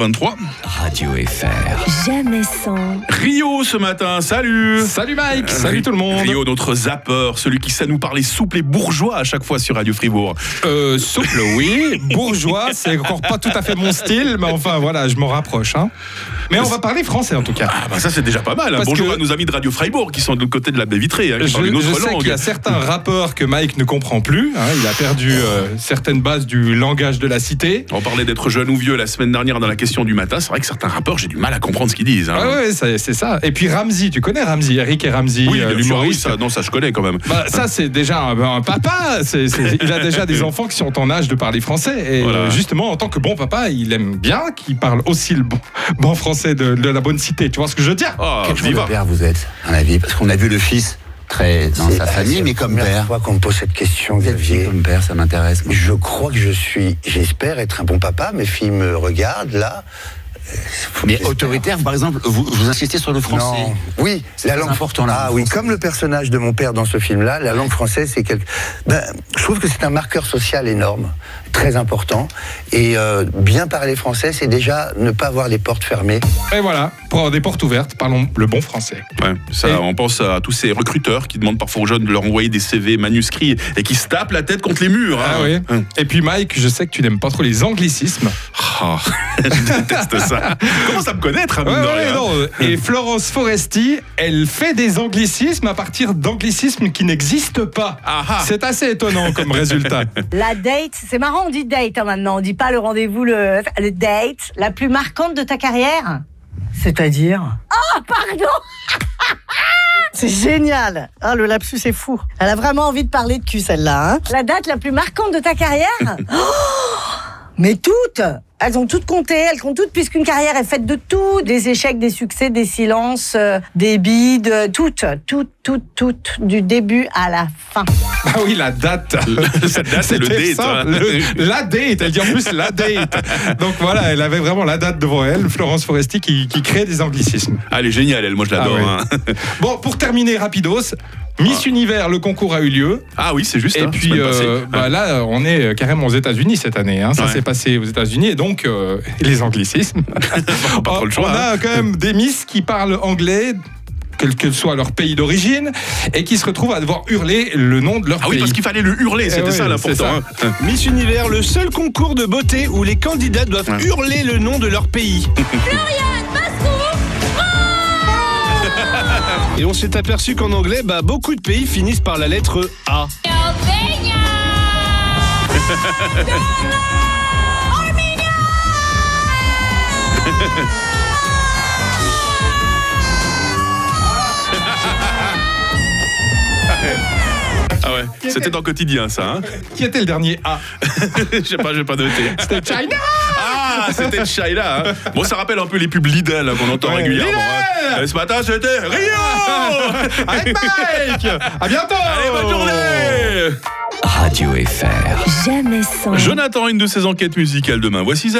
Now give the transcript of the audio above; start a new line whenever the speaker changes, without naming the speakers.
23.
Radio FR.
Jamais sans,
Rio ce matin, salut
Salut Mike, salut tout le monde.
Rio, notre zapper, celui qui sait nous parler souple et bourgeois à chaque fois sur Radio Fribourg.
Euh, souple, oui. Bourgeois, c'est encore pas tout à fait mon style, mais enfin voilà, je m'en rapproche. hein. Mais on va parler français en tout cas.
Ah bah ça c'est déjà pas mal, hein.
Parce
bonjour
que-
à nos amis de Radio Fribourg qui sont de l'autre côté de la baie vitrée, hein, qui
Je,
parlent une
je
autre
sais
langue.
qu'il y a certains rappeurs que Mike ne comprend plus. hein, il a perdu euh, certaines bases du langage de la cité.
On parlait d'être jeune ou vieux la semaine dernière dans la question du matin, c'est vrai que certains rappeurs j'ai du mal à comprendre ce qu'ils disent. hein.
Ah ouais, c'est c'est ça. Et puis Ramsey, tu connais Ramsey, Eric et Ramsey,
oui, bien
euh,
sûr, oui,
l'humoriste.
ça, non, ça je connais quand même.
Bah, ça, c'est déjà un, un papa. C'est- c'est- il a déjà des enfants qui sont en âge de parler français. Et
Voilà.
euh, justement, en tant que bon papa, il aime bien qu'il parle aussi le bon, bon français de, de la bonne cité. Tu vois ce que je veux dire
Ah,
Quel genre
viva.
de père vous êtes, à un avis Parce qu'on a vu le fils très dans
C'est-
sa
ah,
famille,
c'est
mais comme
la première
père.
fois qu'on me pose cette question,
Vous êtes
Xavier.
fille comme père, ça m'intéresse. moi.
Je crois que je suis, j'espère être un bon papa. Mes filles me regardent là. Euh, faut
Mais
que j'espère.
autoritaire, par exemple, vous, vous insistez sur le français.
Non. Oui,
C'est
la
très
langue
important, la
Ah
langue
oui,
française.
comme le personnage de mon père dans ce film-là, la langue française, c'est quelque. Ben, je trouve que c'est un marqueur social énorme, très important. Et euh, bien parler français, c'est déjà ne pas avoir les portes fermées.
Et voilà, pour avoir des portes ouvertes, parlons le bon français.
Ouais, ça,
Et-
On pense à tous ces recruteurs qui demandent parfois aux jeunes de leur envoyer des CV manuscrits et qui se tapent la tête contre les murs. hein.
Ah oui.
Hein.
Et puis Mike, je sais que tu n'aimes pas trop les anglicismes.
Ah, je déteste ça. Comment ça me connaître hein, mine
Ouais,
de
ouais,
rien
non, euh, Et Florence Foresti, elle fait des anglicismes à partir d'anglicismes qui n'existent pas.
Ah, ah.
C'est assez étonnant comme résultat.
La date, c'est marrant, on dit date hein, maintenant, on dit pas le rendez-vous, le, le date, la plus marquante de ta carrière C'est-à-dire Oh, pardon C'est génial Ah, le lapsus est fou Elle a vraiment envie de parler de cul, celle-là. hein. la date la plus marquante de ta carrière Oh, Mais toutes Elles ont toutes compté, elles comptent toutes, puisqu'une carrière est faite de tout des échecs, des succès, des silences, euh, des bides, euh, toutes, toutes, toutes, toutes, du début à la fin.
Ah oui, la date.
Cette date, c'est le
C'était
date,
simple.
hein.
Le- la date. Elle dit en plus la date. Donc voilà, elle avait vraiment la date devant elle, Florence Foresti, qui, qui crée des anglicismes.
Ah, Elle est géniale, elle, moi je l'adore. hein.
Ah
Ah,
Bon, pour terminer rapidos, Miss Univers, le concours a eu lieu.
oui, Ah. c'est juste.
Et
hein,
puis
semaine passée.
euh, bah,
Ouais.
là, on est carrément aux États-Unis cette année. hein. Ça
Ouais.
s'est passé aux États-Unis et donc euh, les anglicismes.
pas trop le
on
choix, hein.
a quand même des Miss qui parlent anglais. Quel que soit leur pays d'origine, et qui se retrouvent à devoir hurler le nom de leur
Ah
pays.
oui, parce qu'il fallait le hurler, c'était
ouais,
ça l'important. hein.
Miss Univers, le seul concours de beauté où les candidats doivent
Ouais.
hurler le nom de leur pays. Et on s'est aperçu qu'en anglais, bah, beaucoup de pays finissent par la lettre E. A.
Ah ouais, c'était dans quotidien ça. Hein.
Qui était le dernier A
je sais pas, j'ai pas noté.
C'était China
Ah, c'était Shaila. hein. Bon, ça rappelle un peu les pubs Lidl hein, qu'on entend
Ouais.
régulièrement.
Lidl
hein. Et ce matin, c'était Rio.
avec Mike. À bientôt.
Allez, bonne journée.
Radio FR.
jamais sans.
Oh.
Jonathan, une de ses enquêtes musicales demain. Voici ça.